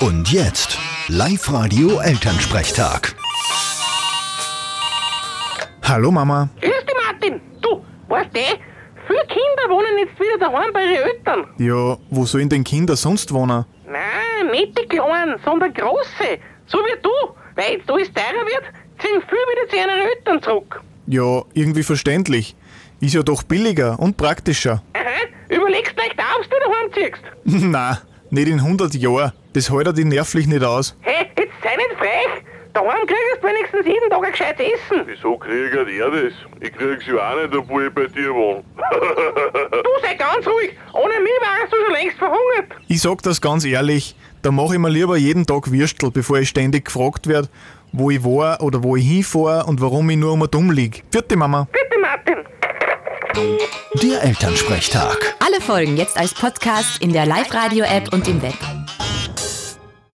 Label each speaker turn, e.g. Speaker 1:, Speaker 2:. Speaker 1: Und jetzt, Live-Radio Elternsprechtag.
Speaker 2: Hallo Mama.
Speaker 3: Grüß dich, Martin. Du, weißt du, eh, viele Kinder wohnen jetzt wieder daheim bei ihren Eltern.
Speaker 2: Ja, wo sollen denn Kinder sonst wohnen?
Speaker 3: Nein, nicht die Kleinen, sondern Große. So wie du. Weil jetzt alles teurer wird, ziehen viele wieder zu ihren Eltern zurück.
Speaker 2: Ja, irgendwie verständlich. Ist ja doch billiger und praktischer.
Speaker 3: Aha, überlegst vielleicht auch, ob du daheim ziehst.
Speaker 2: Na, nicht in 100 Jahren. Das haltet die nervlich nicht aus.
Speaker 3: Hey, jetzt sei nicht frech. Daheim kriegst du wenigstens jeden Tag ein gescheites Essen.
Speaker 4: Wieso kriegt er das? Ich krieg's ja auch nicht, obwohl ich bei dir wohne.
Speaker 3: Du sei ganz ruhig. Ohne mich wärst du schon längst verhungert.
Speaker 2: Ich sag das ganz ehrlich, da mache ich mir lieber jeden Tag Würstel, bevor ich ständig gefragt werd, wo ich war oder wo ich hinfahre und warum ich nur einmal dumm lieg. Vierte Mama.
Speaker 3: Bitte, Martin.
Speaker 1: Der Elternsprechtag.
Speaker 5: Alle Folgen jetzt als Podcast in der Live-Radio-App und im Web.